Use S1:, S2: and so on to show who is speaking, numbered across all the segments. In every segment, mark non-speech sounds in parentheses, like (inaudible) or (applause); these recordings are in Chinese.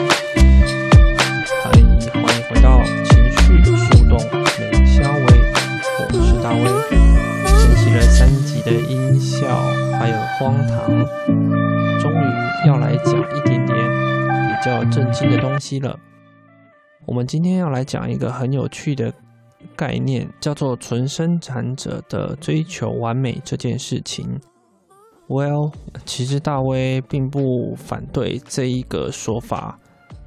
S1: 嗨，欢迎回到情绪树洞美肖维，我是大威。练习了三集的音效，还有荒唐，终于要来讲一点点比较正经的东西了。我们今天要来讲一个很有趣的概念，叫做纯生产者的追求完美这件事情。Well，其实大威并不反对这一个说法，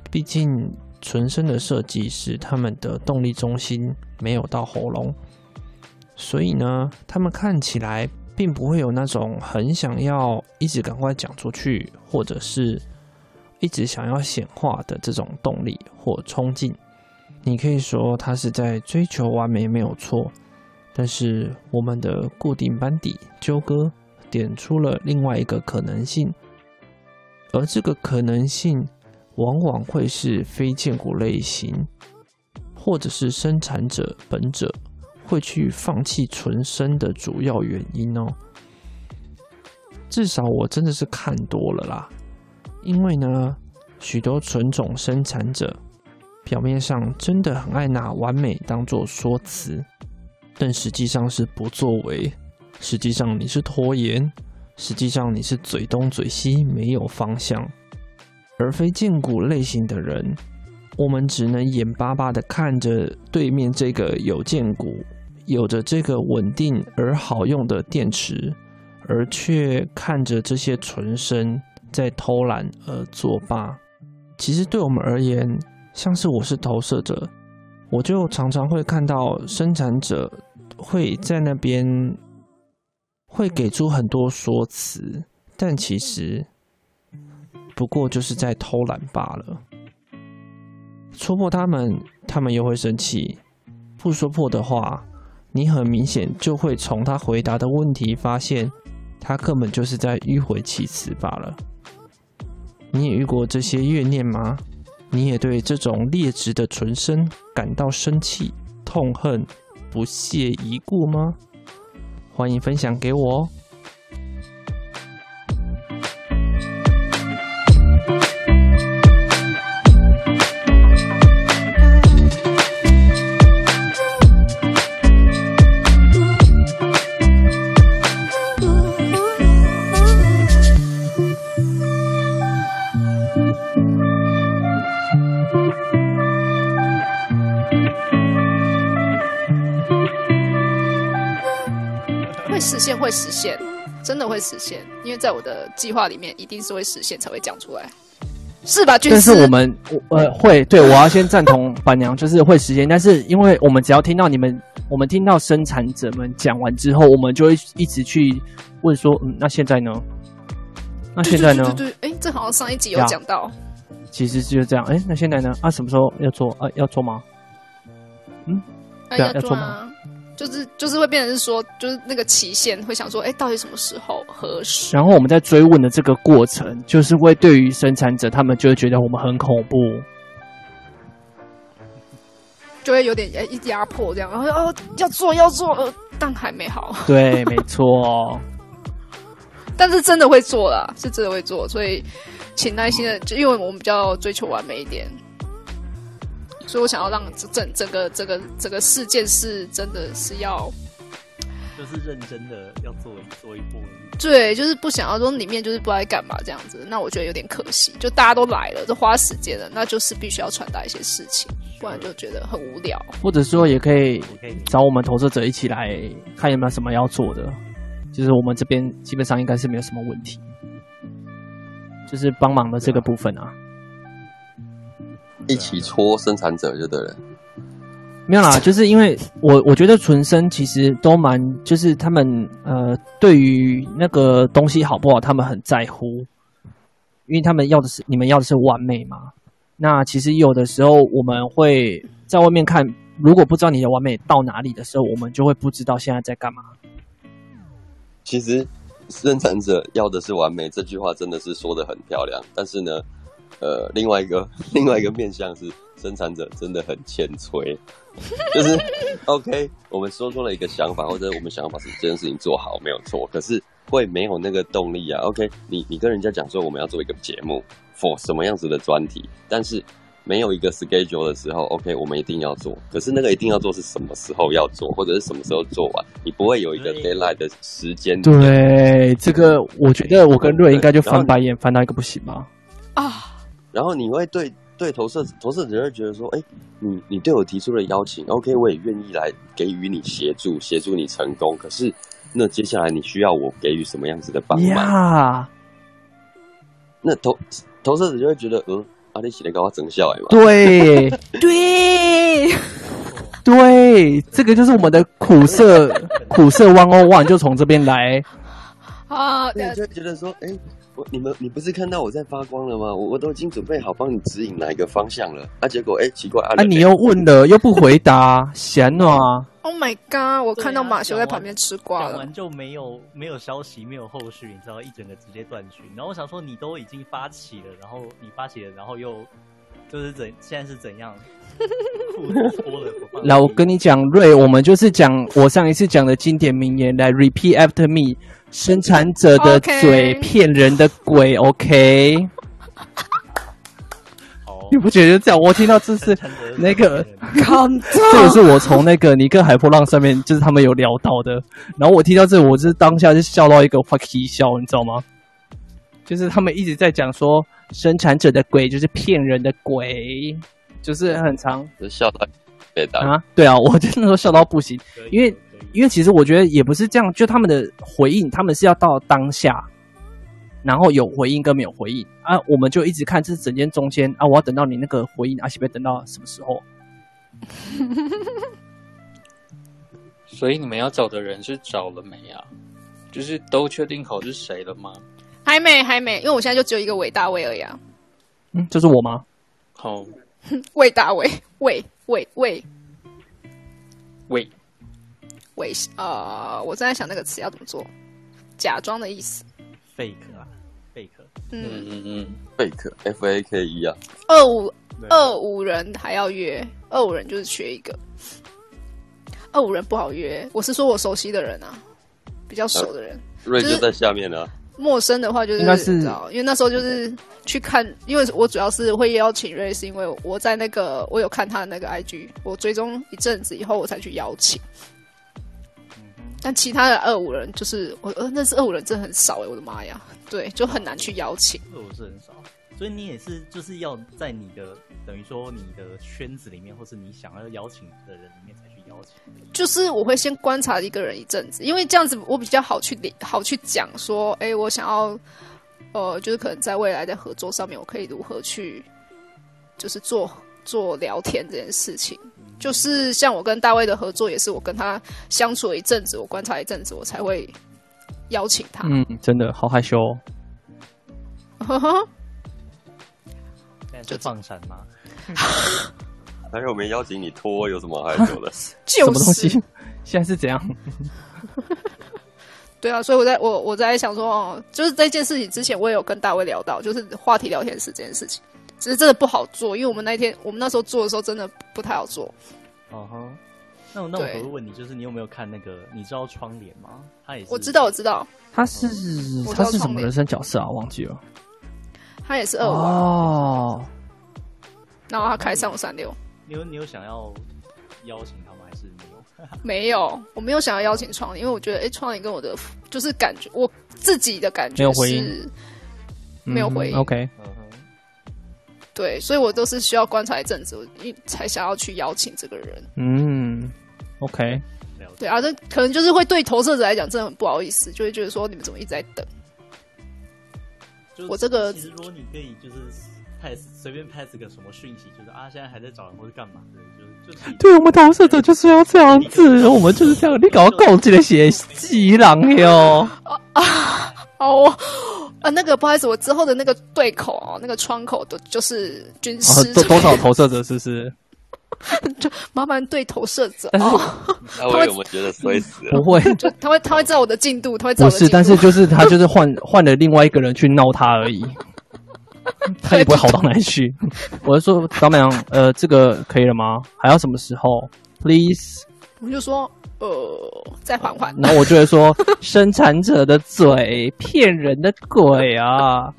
S1: 毕竟纯生的设计使他们的动力中心没有到喉咙，所以呢，他们看起来并不会有那种很想要一直赶快讲出去，或者是一直想要显化的这种动力或冲劲。你可以说他是在追求完美没有错，但是我们的固定班底纠葛点出了另外一个可能性，而这个可能性往往会是非建股类型，或者是生产者本者会去放弃纯生的主要原因哦。至少我真的是看多了啦，因为呢，许多纯种生产者表面上真的很爱拿完美当做说辞，但实际上是不作为，实际上你是拖延，实际上你是嘴东嘴西，没有方向。而非见骨类型的人，我们只能眼巴巴的看着对面这个有见骨、有着这个稳定而好用的电池，而却看着这些纯生在偷懒而作罢。其实对我们而言，像是我是投射者，我就常常会看到生产者会在那边会给出很多说辞，但其实不过就是在偷懒罢了。戳破他们，他们又会生气；不说破的话，你很明显就会从他回答的问题发现，他根本就是在迂回其词罢了。你也遇过这些怨念吗？你也对这种劣质的纯生感到生气、痛恨、不屑一顾吗？欢迎分享给我哦。
S2: 会实现，会实现，真的会实现，因为在我的计划里面，一定是会实现才会讲出来，是吧，军
S3: 但
S2: 师？
S3: 是我们我呃会对我要先赞同板娘，就是会实现。但是因为我们只要听到你们，我们听到生产者们讲完之后，我们就会一直去问说，嗯，那现在呢？那现在呢？
S2: 对对对对对，哎，这好像上一集有
S3: 呀
S2: 讲到，
S3: 其实就是这样。哎，那现在呢？啊，什么时候要做？啊，要做吗？
S2: 那
S3: 对啊
S2: 要
S3: 要
S2: 做
S3: 做
S2: 啊，就是就是会变成是说，就是那个期限会想说，哎，到底什么时候合适？
S3: 然后我们在追问的这个过程，就是会对于生产者，他们就会觉得我们很恐怖。
S2: 就会有点哎一压迫这样，然后哦要做要做，呃，但还没好，
S3: 对，没错。
S2: 但是真的会做啦，是真的会做，所以请耐心的，就因为我们比较追求完美一点，所以我想要让这整整个这个这个事件是真的是要
S4: 就是认真的要做一做一步而
S2: 对，就是不想要说里面就是不知道在干嘛这样子，那我觉得有点可惜。就大家都来了，都花时间了，那就是必须要传达一些事情，不然就觉得很无聊。
S3: 或者说也可以
S4: 已。我可以
S3: 找我们投射者一起来看有没有什么要做的。就是我们这边基本上应该是没有什么问题，就是帮忙的这个部分啊。
S5: 一起戳生产者就对了。
S1: 没有啦，就是因为我我觉得纯生其实都蛮，就是他们呃，对于那个东西好不好，他们很在乎，因为他们要的是你们要的是完美嘛。那其实有的时候我们会在外面看，如果不知道你的完美到哪里的时候，我们就会不知道现在在干嘛。
S5: 其实生产者要的是完美，这句话真的是说的很漂亮。但是呢，呃，另外一个 (laughs) 另外一个面向是，生产者真的很欠催， (laughs) 就是 OK，我们说出了一个想法，或者我们想要把这件事情做好，没有错，可是会没有那个动力啊。OK，你你跟人家讲说我们要做一个节目，for 什么样子的专题，但是。没有一个 schedule 的时候，OK，我们一定要做。可是那个一定要做是什么时候要做，或者是什么时候做完？你不会有一个
S4: 对
S5: deadline 的时间点
S1: 对，这个我觉得我跟瑞应该就翻白眼翻到一个不行吧。
S2: 啊，
S5: 然后你会对对投射投射者会觉得说，哎，你你对我提出了邀请，OK，我也愿意来给予你协助，协助你成功。可是，那接下来你需要我给予什么样子的帮忙？
S1: 呀
S5: 那投投射者就会觉得，嗯，阿里写的高整笑哎嘛，
S1: 对
S2: 对，
S1: 对，这个就是我们的苦涩苦涩 one on one 就从这边来。
S2: 啊，
S5: 那你就会觉得说，哎。我你们你不是看到我在发光了吗？我我都已经准备好帮你指引哪一个方向了。啊，结果哎、奇怪
S1: 啊，
S5: 啊，人
S1: 你
S5: 类
S1: 又问了又不回答，闲啊！
S2: Oh my god！我
S4: 对啊
S2: 看到马修在
S4: 讲完
S2: 旁边吃瓜
S4: 讲
S2: 了
S4: 完。就没有没有消息，没有后续，你知道，一整个直接断讯。然后我想说，你都已经发起了，然后你发起了，然后又就是怎现在是怎样？裤子脱了不放。
S1: 来，我跟你讲，瑞，我们就是讲我上一次讲的经典名言，来 repeat after me，生产者的
S2: OK
S1: 嘴骗人的鬼，OK？
S4: 好
S1: 你，不觉得这样？我听到这是
S4: 陈德仁
S1: 那个
S4: 陈德仁
S2: 看
S1: 这也是我从那个尼克海波浪上面，就是他们有聊到的。然后我听到这，我就是当下就笑到一个 fuck 笑，你知道吗？就是他们一直在讲说，生产者的鬼就是骗人的鬼，就是很长
S5: 就笑到被打。
S1: 啊。对啊，我真的说笑到不行，
S4: 可以
S1: 因为
S4: 可以
S1: 因为其实我觉得也不是这样，就他们的回应，他们是要到当下，然后有回应跟没有回应啊，我们就一直看这整间中间啊，我要等到你那个回应，啊，是不是等到什么时候？
S6: 所以你们要找的人是找了没啊？就是都确定好是谁了吗？
S2: 还没还没，因为我现在就只有一个韦大卫而已啊，
S1: 嗯，就是我吗？
S6: 好，
S2: 魏大卫， (laughs) 魏魏魏
S6: 喂，
S2: 魏，呃，我正在想那个词要怎么做，假装的意思。
S4: fake 啊，fake。
S2: 嗯，
S6: 嗯嗯嗯，
S5: fake f a k e 啊，
S2: 二五
S4: 对啊
S1: 哦
S2: 二五人还要约，二五人就是缺一个，二五人不好约。我是说我熟悉的人啊，比较熟的人。
S5: 瑞
S2: 就是
S5: 就在下面啊。
S2: 陌生的话就是
S1: 应该是
S2: 你知道因为那时候就是去看，因为我主要是会邀请瑞，是因为我在那个我有看他的那个 IG，我追踪一阵子以后我才去邀请。
S1: 嗯
S2: 但其他的二五人就是我呃认识二五人真的很少哎、我的妈呀，对，就很难去邀请。
S4: 这我是很少，所以你也是就是要在你的等于说你的圈子里面，或是你想要邀请的人里面才去邀请。
S2: 就是我会先观察一个人一阵子，因为这样子我比较好去理好去讲说，哎、我想要，呃，就是可能在未来在合作上面，我可以如何去，就是做做聊天这件事情。就是像我跟大卫的合作，也是我跟他相处了一阵子，我观察一阵子，我才会邀请他。
S1: 嗯，真的好害羞、哦。嗯
S4: 现在是放闪吗？
S5: 还有没邀请你拖，有什么害
S1: (laughs)
S5: 羞的？
S2: 就
S1: 什么东
S2: 是
S1: 西？现在是怎样？
S2: 对啊，所以我在我我在想说，哦，就是这件事情之前，我也有跟大卫聊到，就是话题聊天室这件事情，只是真的不好做，因为我们那天我们那时候做的时候真的不太好做。
S4: 哦哈。那我那我
S2: 对
S4: 可不可以问你，就是你有没有看那个？你知道窗帘吗？他也是
S2: 我知道，我知道，
S1: 他是
S2: 我知
S1: 他
S2: 道
S1: 是什
S2: 创
S1: 么
S2: 美
S1: 人生角色啊？忘记了。
S2: 他也是二五、啊，
S1: 哦，
S2: 然后他开三五三六，
S4: 你有你有想要邀请他吗？还是没有？
S2: 没有，我没有想要邀请创林，因为我觉得，哎，创林跟我的就是感觉，我自己的感
S1: 没
S2: 觉
S1: 有回
S2: 是
S1: 应，
S2: 没有回应
S1: OK，
S4: 嗯哼，
S2: 对，所以我都是需要观察一阵子，我一才想要去邀请这个人。
S1: 嗯，OK，
S4: 了解。
S2: 对啊，这可能就是会对投射者来讲真的很不好意思，就会觉得说你们怎么一直在等。
S4: 就是
S2: 我这个
S4: 其实如果你可以就是 pass 随便 pass 个什么讯息，就是啊现在还在找人或者干嘛的，就是就是
S1: 对我们投射者就是要这样子，我们就是这样。你搞到共进的写鸡狼哟，
S2: 哦，我呃，那个不好意思，我之后的那个对口哦，那个窗口的就是军
S1: 哦
S2: 师，
S1: 多多少投射者是不是？
S2: (laughs) 就麻烦对投射者
S1: 但是
S2: 哦，
S5: 那我有没有觉得衰死了
S1: 不？会，
S2: 就他会他会知道我的进度，他会知道
S1: 不是，
S2: 我的进度。
S1: 但是就是他就是换换了另外一个人去闹他而
S2: (laughs)
S1: 已，他也不会好到哪里去。我就说老板娘，呃，这个可以了吗？还要什么时候？Please，
S2: 我就说呃，再缓缓。
S1: 然后我就会说，生产者的嘴，骗人的鬼啊！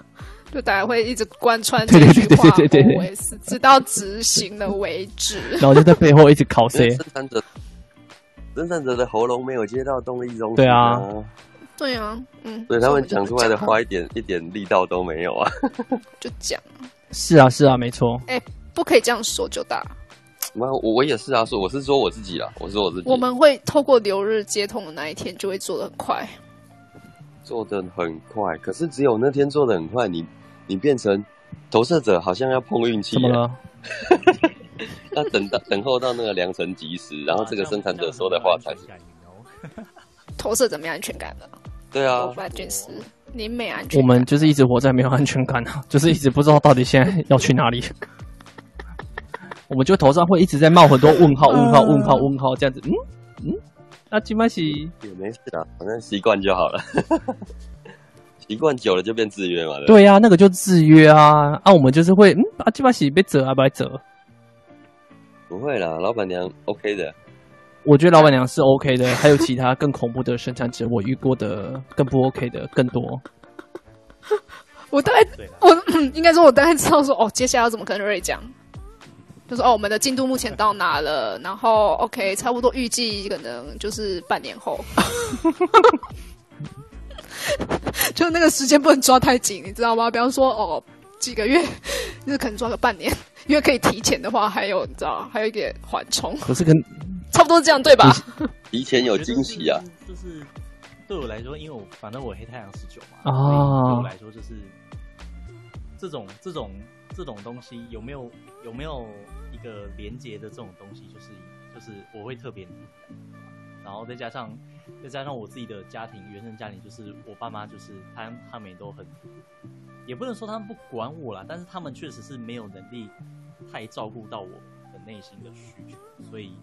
S2: 就大家会一直贯穿
S1: (laughs)
S2: 这
S1: 对对
S2: 句
S1: 对
S2: 话哦
S1: 对对对对
S2: OS，直到执行了为止。
S1: (laughs) 然后就在背后一直考
S5: 因为
S1: C，
S5: 生产者，生产者的喉咙没有接到动力中、
S1: 对啊，
S2: 对啊，嗯，
S5: 所以他们讲出来的
S2: 所以
S5: 话一点一点力道都没 (laughs) 有啊。
S2: 我就讲，哎
S1: 是啊是啊，没错。
S2: 不可以这样说，就大。
S5: 那我我也是啊，是我是说我自己啦，我是说我自己，
S2: 我们会透过留日接通的那一天，就会做的很快。
S5: 做的很快，可是只有那天做的很快，你你变成投射者，好像要碰运气
S1: 怎么
S5: 耶，
S1: 了？
S5: 要等到等候到那个良辰吉时，然后
S4: 啊
S5: 这个生产者说的话才是
S2: 投射者没安全感了，
S5: 对啊
S2: 我。把军师，你没安全
S1: 我
S2: 感。
S1: 们就是一直活在没有安全感啊，就是一直不知道到底现在要去哪里。我们就头上会一直在冒很多问号、问号、问号、问号这样子。嗯嗯，那金麦喜
S5: 也没事啊，反正习惯就好 (laughs) 了。习惯久了就变制约嘛。对不
S1: 对
S5: 对，
S1: 呀、那个就制约啊啊，我们就是会嗯啊，金麦喜被折啊，被折。
S5: 不会啦，老板娘 OK 的。
S1: 我觉得老板娘是 OK 的，还有其他更恐怖的生产者，我遇过的更不 OK 的更多。
S2: 我大概
S4: 对啦啊
S2: 我应该说，我大概知道说，哦，接下来要怎么跟瑞讲。就说哦，我们的进度目前到哪了？然后 OK，差不多预计可能就是半年后， (laughs) 就那个时间不能抓太紧，你知道吗？不要说哦几个月，就是可能抓个半年，因为可以提前的话，还有你知道还有一点缓冲，
S1: 可是跟
S2: 差不多这样对吧？
S5: 提前有惊喜啊！
S4: 我觉得就是！就是对我来说，因为我反正我黑太阳十九
S1: 啊
S4: 嘛，所以对我来说就是这种这种这种东西有没有有没有一个连接的这种东西，就是就是我会特别敏感然后再加上再加上我自己的家庭原生家庭，就是我爸妈就是他他们也都很，也不能说他们不管我啦，但是他们确实是没有能力太照顾到我的内心的需求，所以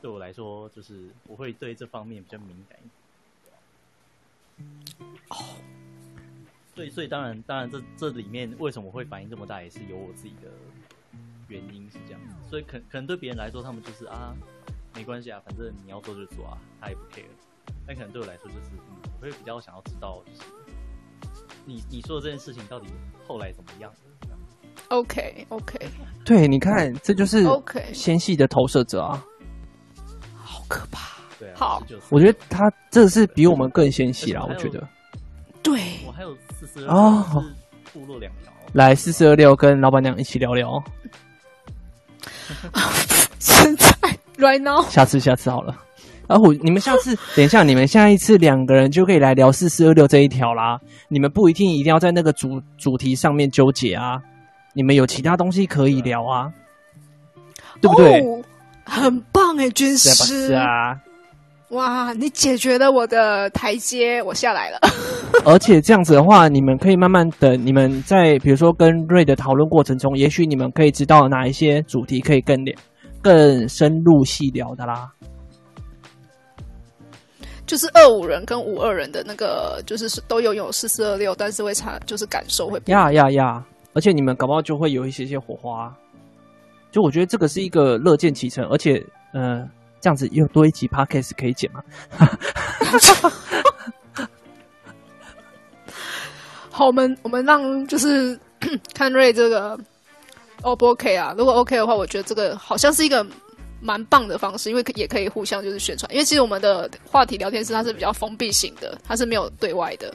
S4: 对我来说，就是我会对这方面比较敏感一点。哦，所以所以当然当然这这里面为什么会反应这么大，也是有我自己的原因是这样子。所以可可能对别人来说，他们就是啊，没关系啊，反正你要做就做啊，他也不 care。但可能对我来说，就是、嗯、我会比较想要知道，就是你你说的这件事情到底后来怎么样？这样
S2: OK OK
S1: 对，你看，这就是
S2: OK，
S1: 纤细的投射者啊。
S2: 好可怕。
S4: 对啊，
S2: 好
S4: 就是
S1: 我觉得他这是比我们更纤细啦，我
S4: 而且还有
S1: 觉得。
S2: 对，
S4: 我还有四十
S1: 哦
S4: 二是部落两条，
S1: 来四四二六跟老板娘一起聊聊，
S2: 现在 right now
S1: 下次下次好了。啊，我你们下 (laughs) 次等一下，你们下一次两个人就可以来聊四四二六这一条啦。你们不一定一定要在那个主主题上面纠结啊，你们有其他东西可以聊啊，对不对？
S2: 哦、很棒哎，军
S1: 是啊
S2: 师！
S1: 是啊，
S2: 哇，你解决了我的台阶，我下来了。 (laughs)
S1: 而且这样子的话，你们可以慢慢等。你们在比如说跟瑞的讨论过程中，也许你们可以知道哪一些主题可以更聊、更深入细聊的啦。
S2: 就是二五人跟五二人的那个，就是都有有四四二六，但是会差，就是感受会不一样。
S1: 呀呀呀！而且你们搞不好就会有一些些火花，就我觉得这个是一个乐见其成，而且呃，这样子又多一集 podcast 可以剪嘛。
S2: 好，我们我们让就是 (coughs) 看瑞这个 O 不 OK 啊？如果 OK 的话，我觉得这个好像是一个蛮棒的方式，因为可也可以互相就是宣传。因为其实我们的话题聊天室它是比较封闭型的，它是没有对外的。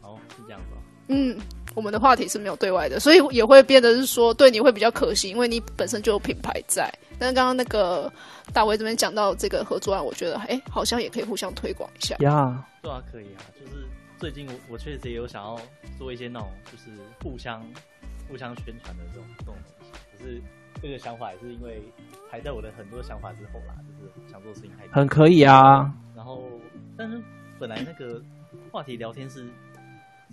S4: 好是这样子、哦。
S2: 嗯，我们的话题是没有对外的，所以也会变得是说对你会比较可惜，因为你本身就有品牌在。但是刚刚那个大威这边讲到这个合作案，我觉得哎、诶好像也可以互相推广一下。
S1: 呀，
S4: 对啊，可以啊，就是最近我我确实也有想要做一些那种就是互相互相宣传的这种这种东西。可是这个想法也是因为排在我的很多想法之后啦，就是想做的事情太多
S1: 很可以啊。
S4: 然后，但是本来那个话题聊天是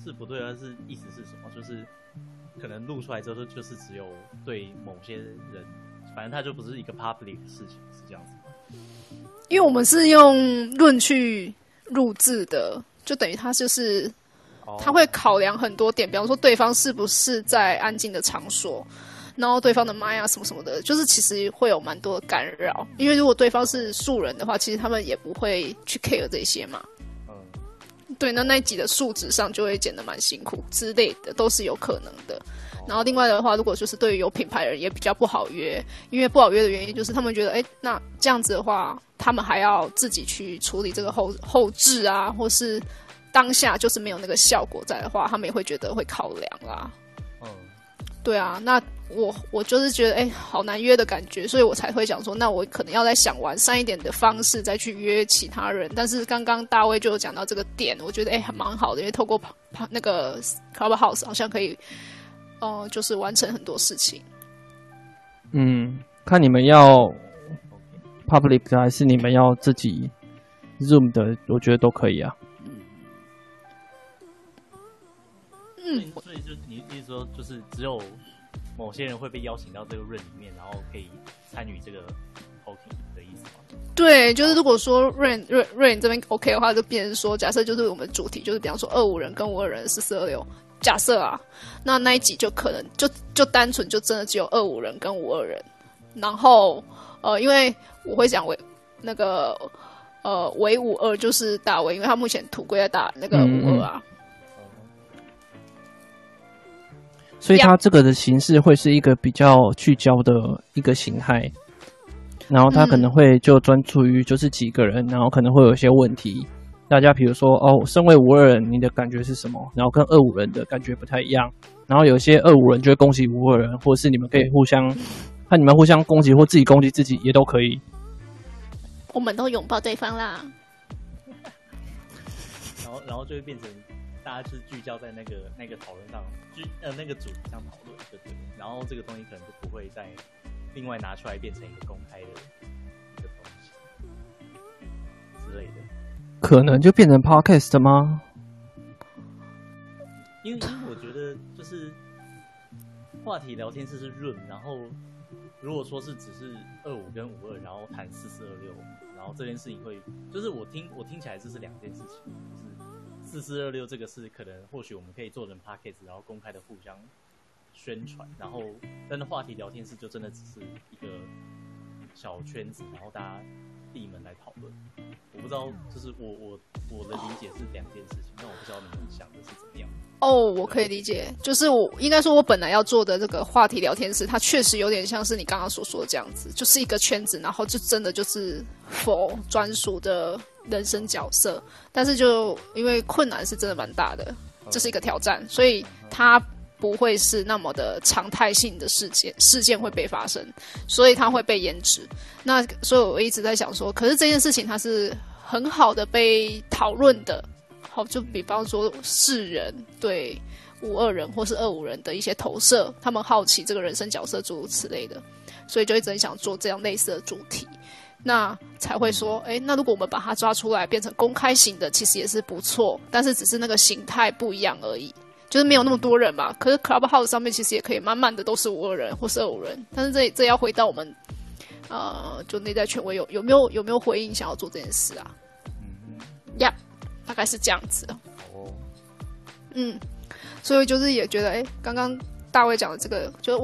S4: 是不对的，但是意思是什么？就是可能录出来之后，就就是只有对某些人，反正它就不是一个 public 的事情，是这样子吗。
S2: 因为我们是用论去录制的，就等于它就是
S4: 哦
S2: 他会考量很多点，比方说对方是不是在安静的场所，然后对方的麦啊什么什么的，就是其实会有蛮多的干扰。因为如果对方是素人的话，其实他们也不会去 care 这些嘛。
S4: 嗯，
S2: 对，那那一集的数值上就会减得蛮辛苦之类的，都是有可能的。然后另外的话，如果就是对于有品牌的人也比较不好约，因为不好约的原因就是他们觉得，哎，那这样子的话，他们还要自己去处理这个后后置啊，或是当下就是没有那个效果在的话，他们也会觉得会考量啦。
S4: 嗯，
S2: 对啊，那我我就是觉得，哎，好难约的感觉，所以我才会想说，那我可能要再想完善一点的方式再去约其他人。但是刚刚大卫就有讲到这个点，我觉得哎还蛮好的，因为透过跑跑那个 Clubhouse 好像可以，哦、就是完成很多事情。
S1: 嗯，看你们要 public 的还是你们要自己 Zoom 的，我觉得都可以啊。
S2: 嗯，
S4: 所以就你意思说，就是只有某些人会被邀请到这个 room 里面，然后可以参与这个 talking 的意思吗？
S2: 对，就是如果说 Rain Rain Rain 这边 OK 的话，就变成说，假设就是我们主题就是比方说二五人跟五二人四四二六，假设啊，那那一集就可能就就单纯就真的只有二五人跟五二人，然后呃，因为我会讲为那个呃为五二就是大为，因为他目前土归在打那个
S1: 嗯
S2: 五
S1: 嗯
S2: 二啊，
S1: 所以它这个的形式会是一个比较聚焦的一个形态，然后它可能会就专注于就是几个人，然后可能会有一些问题。大家比如说哦，身为五二人，你的感觉是什么？然后跟二五人的感觉不太一样。然后有些二五人就会攻击五二人，或者是你们可以互相，看你们互相攻击或自己攻击自己也都可以。
S2: 我们都拥抱对方啦，
S4: 然后然后就会变成大家是聚焦在那个那个讨论上，聚呃那个主题上讨论，对对对。然后这个东西可能就不会再另外拿出来变成一个公开的一个东西之类的。
S1: 可能就变成 podcast 吗？
S4: 因为因为我觉得就是话题聊天室是润，然后如果说是只是二五跟五二，然后谈四四二六，然后这件事情会就是我听我听起来这是两件事情，就是四四二六这个是可能或许我们可以做成 p a c k a g e 然后公开的互相宣传，然后但是话题聊天室就真的只是一个小圈子，然后大家闭门来讨论。我不知道，就是我我我的理解是两件事情，但我不知道你们想的是怎么样。
S2: 哦，我可以理解，就是我应该说，我本来要做的这个话题聊天室，它确实有点像是你刚刚所说的这样子，就是一个圈子，然后就真的就是否专属的人生角色，但是就因为困难是真的蛮大的，这是一个挑战，所以它不会是那么的常态性的事件，事件会被发生，所以它会被延迟。那所以我一直在想说，可是这件事情它是很好的被讨论的，好，就比方说世人对五二人或是二五人的一些投射，他们好奇这个人生角色诸如此类的，所以就一直很想做这样类似的主题。那才会说，诶，那如果我们把它抓出来变成公开型的，其实也是不错，但是只是那个形态不一样而已，就是没有那么多人嘛。可是 Clubhouse 上面其实也可以慢慢的都是五二人或是二五人，但是这这要回到我们，呃，就内在权威有有没有有没有回应想要做这件事啊？
S4: 嗯，
S2: 呀、大概是这样子。
S4: 哦，
S2: 嗯，所以就是也觉得，哎、刚刚大卫讲的这个，就是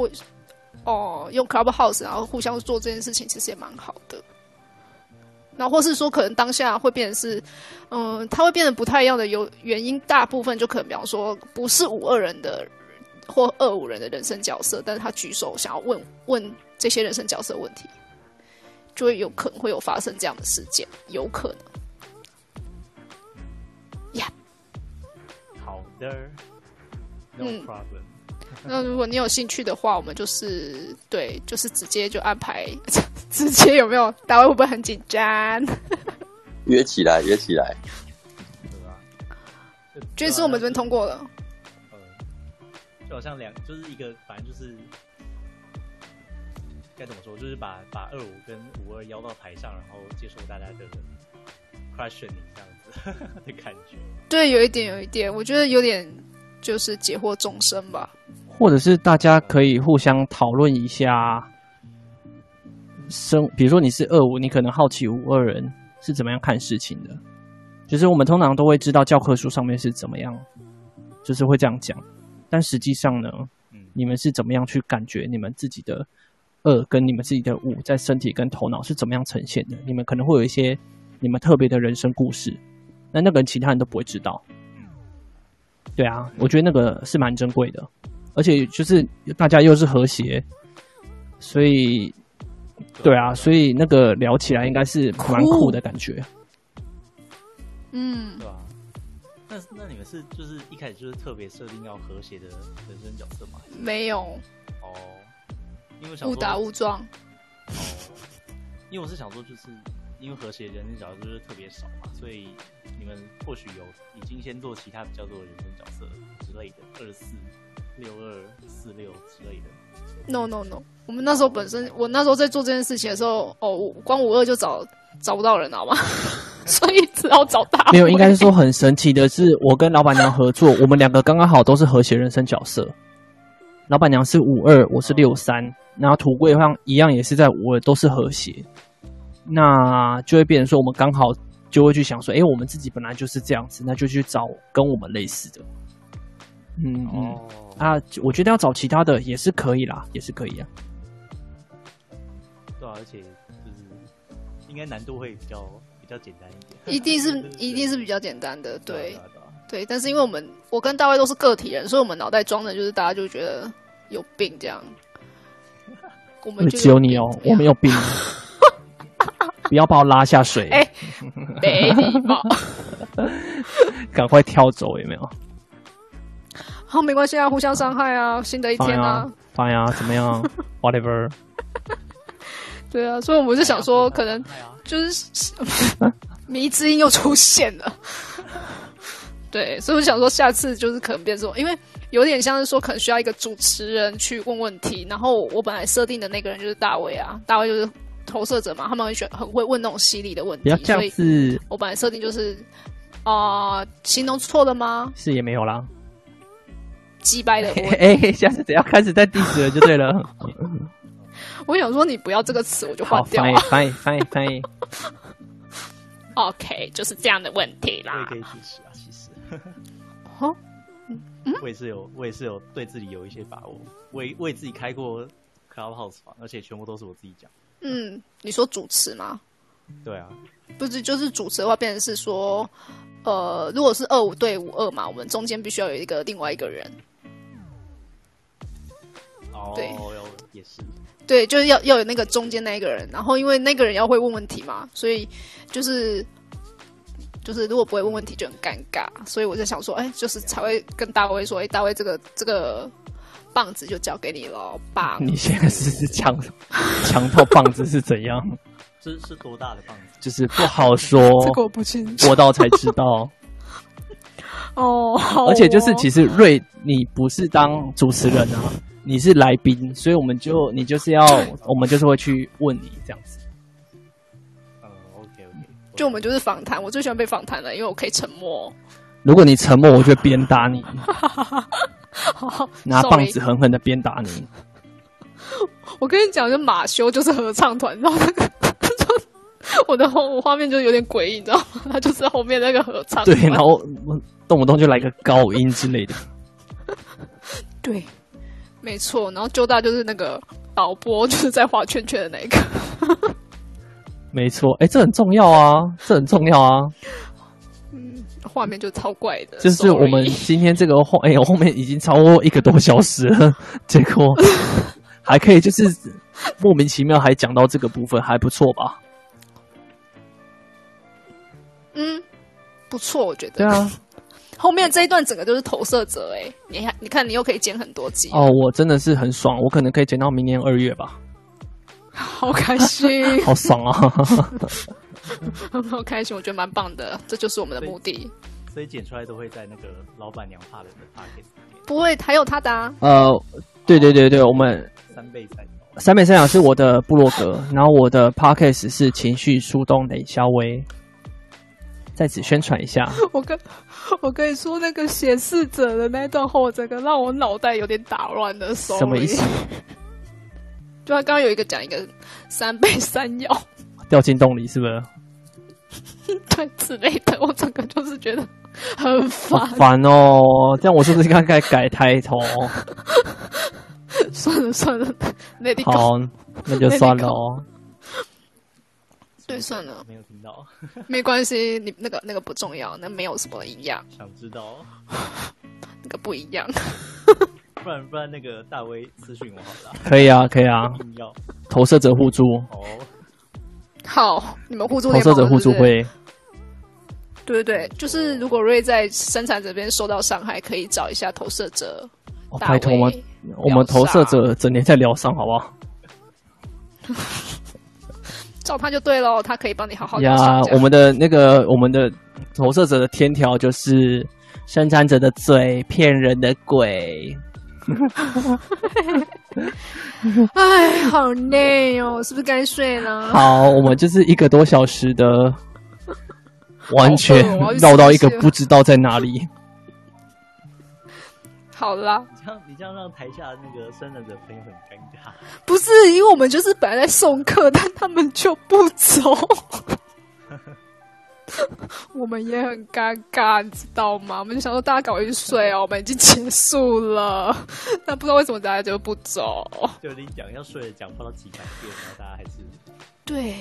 S2: 我哦，用 Clubhouse 然后互相做这件事情，其实也蛮好的。然后或是说，可能当下会变成是，嗯，它会变得不太一样的有原因，大部分就可能比方说不是五二人的或二五人的人生角色，但是他举手想要问问这些人生角色问题，就会有可能会有发生这样的事件，有可能。
S4: 好的，no
S2: 嗯
S4: problem。
S2: 那如果你有兴趣的话，我们就是对，就是直接就安排， (laughs) 直接有没有？大卫会不会很紧张？
S5: 约起来，约起来，
S4: 对吧？
S2: 这次我们这边通过了，
S4: 呃，就好像两就是一个，反正就是该怎么说，就是把把二五跟五二邀到台上，然后接受大家的 (laughs) questioning 这样子的感觉。
S2: 对，有一点，有一点，我觉得有点就是解惑众生吧。
S1: 或者是大家可以互相讨论一下生，比如说你是二五，你可能好奇五二人是怎么样看事情的，就是我们通常都会知道教科书上面是怎么样，就是会这样讲，但实际上呢，
S4: 嗯，
S1: 你们是怎么样去感觉你们自己的二跟你们自己的五在身体跟头脑是怎么样呈现的？你们可能会有一些你们特别的人生故事，那那个人其他人都不会知道。对啊，我觉得那个是蛮珍贵的，而且就是大家又是和谐，所以对啊，所以那个聊起来应该是蛮酷的感觉。
S2: 嗯
S4: 对，吧、那那你们是就是一开始就是特别设定要和谐的人生角色吗？还是
S2: 没有
S4: 哦，因为我想
S2: 误
S4: 说
S2: 打误撞。
S4: 因为我是想说，就是因为和谐人生角色就是特别少嘛，所以你们或许有已经先做其他比较多的人生角色之类的，二四六二四六之类的。
S2: No no no，我们那时候本身，我那时候在做这件事情的时候，哦，我光五二就找找不到人，好吗？ (laughs) 所以只好找
S1: (laughs)
S2: 大
S1: 没有，应该
S2: 是
S1: 是说很神奇的是，我跟老板娘合作，我们两个刚刚好都是和谐人生角色。老板娘是五二，我是六三，然后土贵上一样也是在五二，都是和谐。那就会变成说，我们刚好就会去想说，诶，我们自己本来就是这样子，那就去找跟我们类似的。嗯嗯
S4: 哦，
S1: 啊，我觉得要找其他的也是可以啦，也是可以啊。
S4: 对啊，而且就是应该难度会比较比较简单一点，
S2: 一定是
S4: 对
S2: 一定是比较简单的，对
S4: 啊对啊
S2: 对。但是因为我们我跟大卫都是个体人，所以我们脑袋装的就是大家就觉得有病这样。我们就
S1: 只有你哦，我
S2: (laughs)
S1: 没有病，不要把我拉下水，
S2: 诶没礼貌。
S1: 赶快跳走，有没有？
S2: 好，没关系啊，互相伤害啊，新的一
S1: 放
S2: 天
S1: 呀、
S2: 啊，
S1: 放呀、怎么 (laughs) 样？Whatever，
S2: 对啊。所以我就想说，可能
S4: 对啊，
S2: 就是迷之音又出现了。 (laughs) 对，所以我想说，下次就是可能变成，因为有点像是说，可能需要一个主持人去问问题。然后我本来设定的那个人就是大卫啊，大卫就是投射者嘛，他们很喜欢很会问那种犀利的问
S1: 不
S2: 题
S1: 要，这
S2: 所
S1: 样
S2: 以
S1: 子，
S2: 我本来设定就是啊、形容错了吗？
S1: 是也没有啦。
S2: 击败的
S1: (laughs)
S2: 我，
S1: 哎、下次只要开始在 diss 了就对 (laughs) 了。
S2: 我想说你不要这个词，我就换
S1: 好，
S2: 掉
S1: 翻译
S2: 了。
S1: 翻译翻译翻 (laughs) 译，
S2: OK，就是这样的问题
S4: 我也
S2: 啦
S4: 可。以支持啊，其实。
S2: 哦
S4: 我也是有，我也是有对自己有一些把握，我也我也自己开过 Clubhouse 房，而且全部都是我自己讲。
S2: 嗯，你说主持吗？
S4: 对啊，
S2: 不是，就是主持的话，变成是说，呃，如果是二五对五二嘛，我们中间必须要有一个另外一个人，
S4: 哦，
S2: 对
S4: 有也是，
S2: 对，就是要要有那个中间那一个人。然后因为那个人要会问问题嘛，所以就是就是如果不会问问题就很尴尬。所以我在想说，哎，就是才会跟大卫说，哎，大卫这个这个棒子就交给你了，棒。
S1: 你现在是是强强到棒子是怎 (laughs) 样？
S4: 这是多大的棒子？
S1: 就是不好说，
S2: 我不清
S1: 播到才知 (laughs) 道。
S2: 哦，好
S1: 而且就是，
S2: 哦
S1: 其实瑞，你不是当主持人啊，你是来宾，所以我们就你就是要，我们就是会去问你这样子。
S4: 嗯，OK OK，
S2: 就我们就是访谈，我最喜欢被访谈了，因为我可以沉默。
S1: 如果你沉默，我就会鞭打
S2: (laughs)
S1: 你，
S2: 好
S1: 拿
S2: sorry
S1: 棒子狠狠的鞭打你。
S2: 我跟你讲，就马修就是合唱团，然后那个 (laughs) 就我的后我画面就有点诡异，你知道吗？他就是后面那个合唱
S1: 对
S2: 团，，
S1: 然后嗯动不动就来个高音之类的。
S2: 对，没错，然后周大就是那个导播，就是在画圈圈的那一个，
S1: 没错，哎，这很重要啊，这很重要啊。
S2: 画面就超怪的。
S1: 就是我们
S2: sorry
S1: 今天这个后，哎，我后面已经超过一个多小时了， (laughs) 结
S2: (laughs)
S1: 果还可以，就是莫名其妙还讲到这个部分，还不错吧？
S2: 嗯不错，我觉得。
S1: 对啊，
S2: (laughs) 后面这一段整个就是投射者哎、你看你看你又可以剪很多集，
S1: 哦，我真的是很爽，我可能可以剪到明年二月吧，
S2: 好开心， (laughs)
S1: 好爽啊！
S2: 好开心，我觉得蛮棒的，这就是我们的目的。
S4: 所所以剪出来都会在那个老板娘怕人的 p o c k e t 里面，
S2: 不会，还有他的、啊，
S1: 呃，对对对对，我们
S4: 三倍哦三刀。
S1: 三美三养是我的部落格，然后我的 podcast 是情绪树洞雷肖威，在此宣传一
S2: (laughs)
S1: 下。
S2: 我跟我跟你说，那个显示者的那一段话，我整个让我脑袋有点打乱的。
S1: 什么
S2: (laughs)
S1: 意思？？
S2: 对啊，刚刚有一个讲一个三倍三摇，
S1: 掉进洞里是不是？
S2: 对之类的，我整个就是觉得很
S1: 好
S2: 烦。
S1: 烦哦！这样我是不是应该改改抬
S2: (laughs)
S1: 头？
S2: 算了算了，Let it go。
S1: 好，那就算了哦。
S2: 对，算了，
S4: 没有听到，
S2: 没关系，你那个那个不重要，那没有什么营养，
S4: 想知道，
S2: 那个不一样。
S4: 不然不然那个大威私讯我好了，
S1: 可以啊，可以啊，
S4: 硬要
S1: 投射者互助，
S4: 哦，
S2: 好，你们互助
S1: 投
S2: 联
S1: 射
S2: 盟
S1: 者互助
S2: 是不是
S1: 会。
S2: 对对对，就是如果瑞在生产者这边受到伤害，可以找一下投射者。
S1: 哦
S2: 大
S1: 拜托，我们
S2: 卫
S1: 我们投射者整天在疗伤，好不好？
S2: 找他就对喽，他可以帮你好好疗伤
S1: 呀
S2: 这，
S1: 我
S2: 样
S1: 们的那个我们的投射者的天条就是生产者的嘴，骗人的鬼。
S2: 哎，好累哦，是不是该睡了？
S1: (laughs) 好，我们就是一个多小时的，完全
S2: 好饿我要去
S1: (laughs) 绕到一个
S2: 吃东西了
S1: 不知道在哪里。
S2: 好啦，
S4: 你这样你这样让台下那个生人的朋友很尴尬，
S2: 不是因为我们就是本来在送客，但他们就不走， (laughs) 我们也很尴尬，你知道吗？我们就想说大家赶快去睡哦，我们已经结束了，但不知道为什么大家就不走。
S4: 就你讲要睡了讲不到几百遍，然后大家还是
S2: 对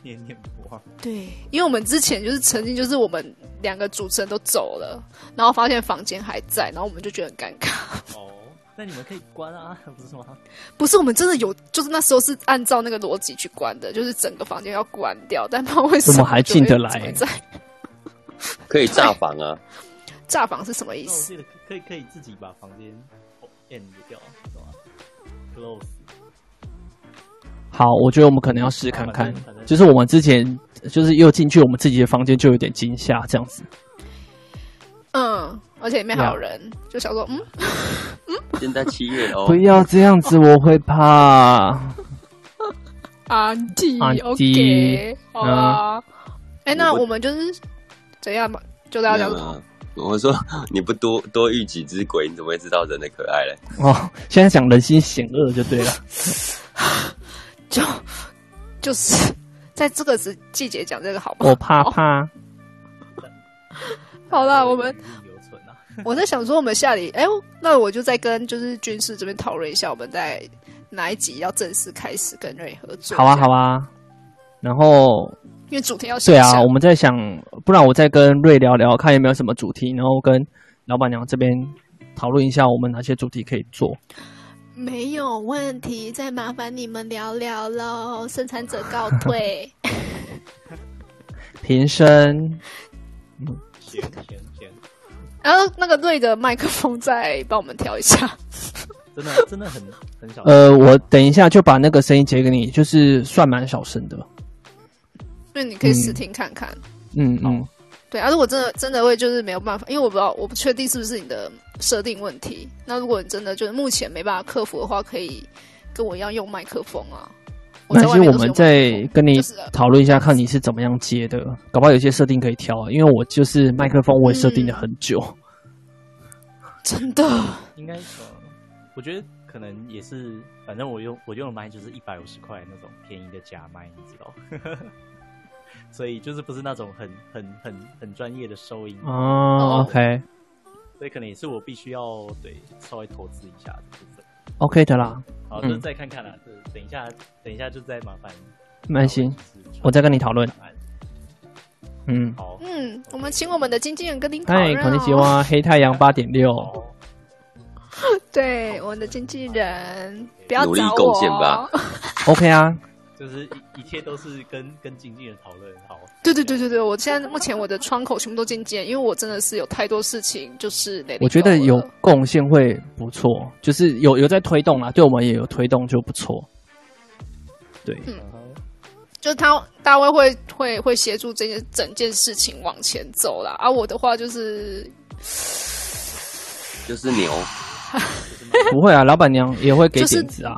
S4: 念念不忘。
S2: 对，因为我们之前就是曾经就是我们两个主持人都走了，然后发现房间还在，然后我们就觉得很尴尬。
S4: 哦，那你们可以关啊，不是吗？
S2: 不是，我们真的有，就是那时候是按照那个逻辑去关的，就是整个房间要关掉，但不知道为什
S1: 我
S2: 么
S1: 们还进得来
S2: 就会在 (laughs)
S5: 可以炸房 (laughs) 啊，
S2: 炸房是什么意
S4: 那我
S2: 思？
S4: 记得可以可以自己把房间 end 掉，懂吗？Close，
S1: 好，我觉得我们可能要试看看
S4: 反正反，正
S1: 就是我们之前就是又进去我们自己的房间，就有点惊吓这样子。
S2: 嗯，而且里面还有人，就想说，嗯，
S5: 现在七月哦
S1: 不，要这样子，我会怕。 (laughs)
S2: 安迪
S1: 安迪
S2: ，OK，好啊。
S1: 嗯
S2: 哎、那我们就是怎样嘛？就是要
S5: 没
S2: 讲
S5: 有
S2: 什么
S5: 啊。我说你不多多遇几只鬼，你怎么会知道人的可爱嘞？
S1: 哦，现在讲人心险恶就
S2: (laughs)
S1: 对了。
S2: 就就是在这个时季节讲这个好吗？哦
S1: 我怕怕，
S2: 好啦，我们
S4: 余韵留存
S2: (laughs)
S4: 啊。
S2: 我在想说，我们下里，哎、呦，那我就再跟就是军事这边讨论一下，我们在哪一集要正式开始跟瑞合作？
S1: 好啊好，啊。然后
S2: 因为主题要
S1: 对
S2: 想
S1: 啊，
S2: 一下
S1: 我们在想，不然我再跟瑞聊聊，看有没有什么主题，然后跟老板娘这边讨论一下，我们哪些主题可以做。
S2: 没有问题，再麻烦你们聊聊喽。生产者告退， (laughs)
S1: 平生
S4: 行行行，
S2: 然后那个瑞的麦克风再帮我们调一下。 (laughs)
S4: 真的真的很很小。
S1: 呃，我等一下就把那个声音截给你，就是算蛮小声的。
S2: 那你可以试听看看。
S1: 嗯嗯，
S2: 对啊，如果真的真的会就是没有办法，因为我不知道，我不确定是不是你的设定问题。那如果你真的就是目前没办法克服的话，可以跟我一样用麦克风啊。
S1: 那
S2: 在外
S1: 些
S2: 面
S1: 我
S2: 都
S1: 们
S2: 是用麦克
S1: 再
S2: 风
S1: 跟你
S2: 就是 (laughs)
S1: 讨论一下，看你是怎么样接的，搞不好有些设定可以调啊。因为我就是麦克风，我也设定了很久。
S2: 真的
S4: 应该呃，我觉得可能也是，反正我用我用的麦就是一百五十块那种便宜的假麦，你知道， (laughs) 所以就是不是那种很很很很专业的收音，
S1: 啊
S2: 哦
S1: o k
S4: 所以可能也是我必须要对稍微投资一下的部分。
S1: OK 的啦，
S4: 好，就是
S1: 嗯
S4: 再看看啦，就是等一下，等一下就再麻烦。
S1: 蛮行，我再跟你讨论。嗯，
S4: 好，
S2: 嗯，我们请我们的经纪人跟您讨
S1: 嗨，
S2: 论、哦。
S1: 孔尼吉哇，黑太阳八点六，
S4: 好，
S2: 对，我们的经纪人，不要
S5: 努力
S2: 找
S5: 贡
S2: 我
S5: 献吧
S2: 哦。
S1: OK 啊，
S4: 就是一一切都是跟跟经纪人讨论好。
S2: (laughs) 对对对对对，我现在目前我的窗口全部都经纪人，因为我真的是有太多事情就是得
S1: 我觉得有贡献会不错，就是有有在推动啦，对我们也有推动就不错。对，
S2: 嗯
S4: 嗯哼
S2: 就他大卫会会会协助这件整件事情往前走啦。而、啊我的话就是
S5: 就是牛，
S1: 不会啊，老板娘也会给
S2: 就是
S1: 点子啊，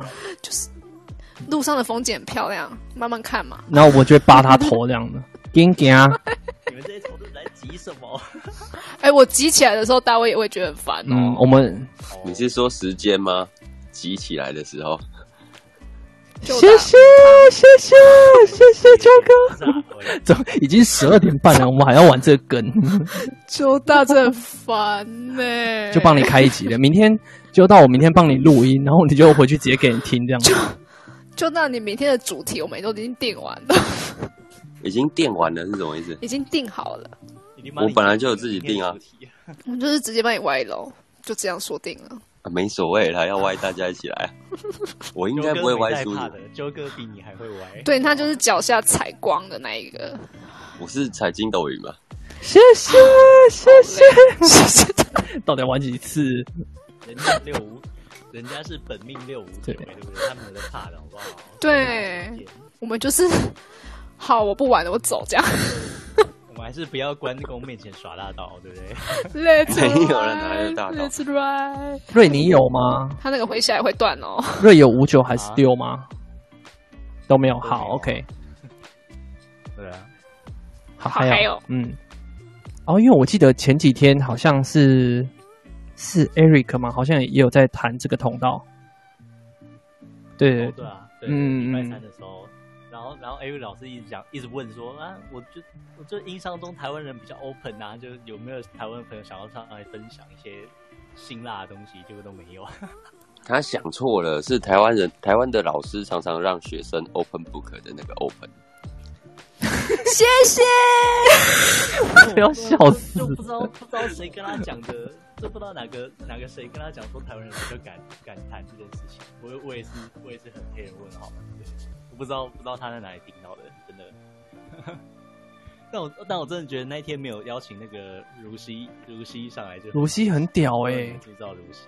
S2: 路上的风景很漂亮，慢慢看嘛。
S1: 然后我就会扒他头这样的，给给啊，
S4: 你们这些同事来急什么？
S2: 哎、我急起来的时候，大卫也会觉得很烦哦、
S1: 嗯，我们
S5: 你是说时间吗？急起来的时候，
S2: 就
S1: 谢谢谢谢谢谢周哥，怎么已经十二点半了，我们还要玩这个梗，
S2: 就大真的很烦呢、
S1: (laughs) 就帮你开一集了，明天就到我明天帮你录音，然后你就回去直接给你听这样子，
S2: 就那你明天的主题我们都已经定完了， (laughs)
S5: 已经电完了是什么意思？
S2: 已经定好了，
S5: 我本来就有自己定啊
S2: 我们就是直接帮你歪楼，就这样说定了。
S5: 啊、没所谓啦，要歪大家一起来。啊我应
S4: 应
S5: 该不会歪输你
S4: 怕，的，周哥比你还会歪。
S2: 对他就是脚下采光的那一个，
S5: 我是踩筋斗云嘛。
S1: 谢谢谢谢，到底要玩几次？
S4: 人家六五，人家是本命六五九，对不对？他们有在怕的好不好？
S2: 对我们就是好，我不玩了，我走
S4: (laughs)
S2: 这样。
S4: 我们还是不要关公面前耍大刀，对不对？
S2: Let's
S4: 哎
S5: 没有人拿着
S2: ride,
S5: 大刀
S2: Let's ride。
S1: 瑞你有吗？
S2: 他那个回下来会断
S4: (laughs)
S2: 哦。
S1: 瑞有五九还是六吗？都没有，
S4: 没有
S1: 好，OK，
S4: 对啊，
S1: 好，
S2: 好还有
S1: 嗯，哦，因为我记得前几天好像是是 Eric 嘛，好像也有在谈这个通道，对，
S4: 对啊，对，
S1: 嗯
S4: 礼拜三的时候。然后，然后 A 瑞老师一直讲，一直问说啊，我就我就印象中台湾人比较 open 啊，就是有没有台湾朋友想要上来分享一些辛辣的东西，结果都没有。
S5: 他想错了，是台湾人，台湾的老师常常让学生 open book 的那个 open。
S2: 谢谢。
S1: 不 (laughs) 要笑死
S4: 就不知道不知道谁跟他讲的，就不知道哪个哪个谁跟他讲说台湾人比较敢敢谈这件事情。我我也是我也是很黑人问号，对，我不知道不知道他在哪里听到的，真的。 (laughs) 但我但我真的觉得那一天没有邀请那个如熙如熙上来就
S1: 鲁西很屌哎、
S4: 哎，制造如熙，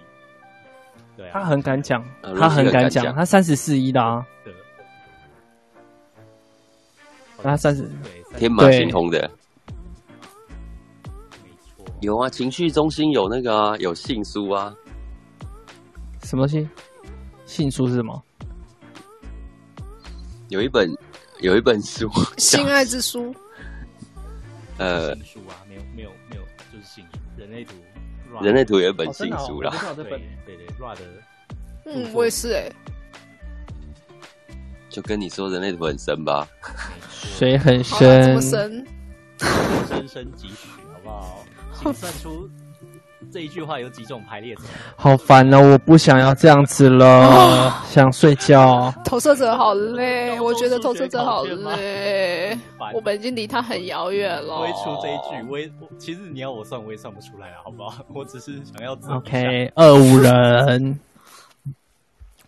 S4: 对啊，
S1: 他很敢讲，
S5: 呃
S1: 他很敢
S5: 鲁西很敢
S1: 讲，
S5: 讲
S1: 他三十四一的啊，
S4: 的，
S1: 那算是
S4: 对
S5: 天
S4: 三
S5: 马
S1: 对
S5: 行空的，
S4: 没错，
S5: 有啊，情绪中心有那个啊，有信书啊，
S1: 什么东西？信书是什么？
S5: 有一本有一本书，
S2: 心爱之
S4: (laughs)
S2: 书，
S5: 呃，
S4: 杏树啊，没有没有没有，就是杏树，人类图，
S5: 人类图有一
S6: 哦
S5: 本信书啦，
S4: 对对对，Ra 的
S2: 嗯，我也是哎、
S5: 就跟你说人类图很深吧，
S1: 水很
S2: 好了，哦这
S1: 深
S2: 么，深，
S4: 声声几许，好不好？请算出这一句话有几种排列组合。
S1: 好烦哦！我不想要这样子了， (laughs) 想睡觉。
S2: 投射者好累，
S4: 要
S2: 我觉得投
S4: 做数
S2: 射
S4: 学
S2: 者
S4: 考
S2: 好
S4: 卷吗 (laughs)
S2: 累，
S4: 烦
S2: 我们已经离他很遥远了。
S4: 我会出这一句，我也我其实你要我算，我也算不出来了，啊好不好？ (laughs) 我只是想要自己
S1: OK，二五人，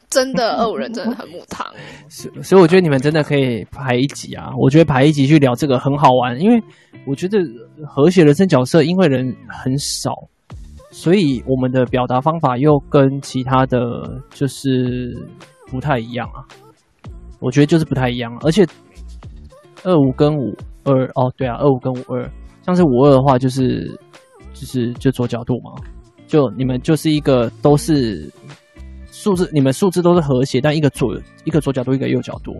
S2: 真的二五人真的很母汤，
S1: 所所以我觉得你们真的可以排一集啊！我觉得排一集去聊这个很好玩，因为我觉得和谐人生角色因为人很少，所以我们的表达方法又跟其他的就是不太一样啊。我觉得就是不太一样，而且二五跟五二哦，对啊，二五跟五二，像是五二的话就是就是就左角度嘛，就你们就是一个都是数字，你们数字都是和谐，但一个左一个左角度，一个右角度，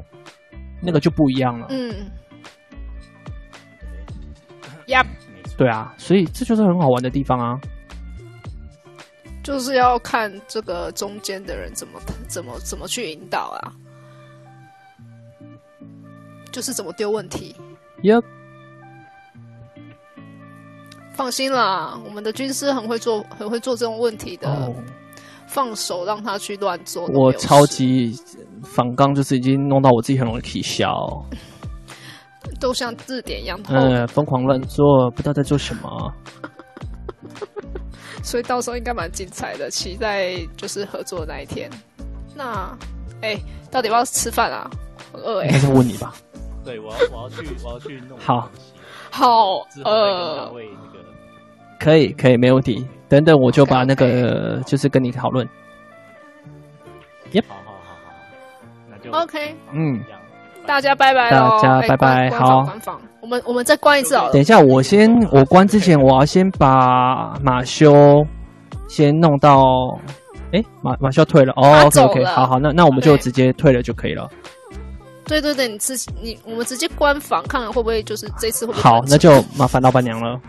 S1: 那个就不一样了。
S2: 嗯。呀，
S4: 没错，
S1: 对啊，所以这就是很好玩的地方啊。
S2: 就是要看这个中间的人怎么怎么怎么去引导啊，就是怎么丢问题。
S1: 耶、
S2: 放心啦，我们的军师很会做，很会做这种问题的。
S1: 哦，
S2: 放手让他去乱做，
S1: 我超级反刚，就是已经弄到我自己很容易起笑，
S2: 哦都像字典一样透，
S1: 嗯，疯狂乱做，不知道在做什么。
S2: 所以到时候应该蛮精彩的，期待就是合作的那一天。那，哎、到底要不要吃饭啊？很饿
S4: (laughs)
S2: 哎、
S1: 应该是问你吧。
S4: 对我要我要去我要去弄
S1: 好
S4: 东西
S2: 好
S4: 之后再跟大
S2: 饿。
S4: 卫那个
S1: 可以，可以，没问题。等等，我就把那个就是跟你讨论。
S4: 好好好好，好那就
S2: OK，
S1: 嗯
S4: 这样
S2: 大家拜拜喽！
S1: 大家
S2: 哎
S1: 拜拜
S2: 关关访
S1: 好
S2: 关访，我们我们再关一次好了
S1: 等。一下，我先我关之前，我要先把马修先弄到，诶，马马修退了哦
S2: 他
S1: ，OK
S2: 走
S1: OK，
S2: 了
S1: 好好，那那我们就
S2: 对
S1: 直接退了就可以了。
S2: 对对对，你自己你我们直接关房，看看会不会就是这次会不会 (laughs)
S1: 好，
S2: 关
S1: 那就麻烦老板娘了。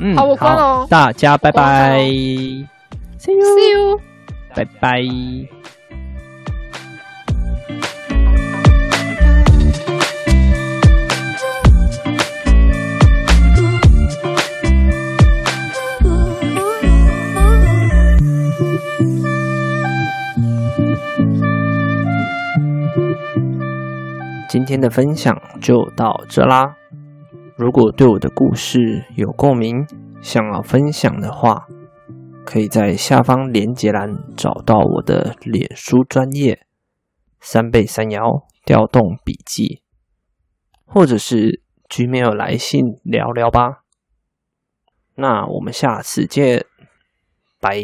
S1: 嗯，
S2: 好我关了哦
S1: 大家拜拜
S2: 我关了哦
S1: ，See
S2: see you。
S1: 拜拜。嗯今天的分享就到这啦。如果对我的故事有共鸣，想要分享的话，可以在下方连结栏找到我的脸书专业“三倍三摇调动笔记”，或者是 Gmail 来信聊聊吧。那我们下次见，拜。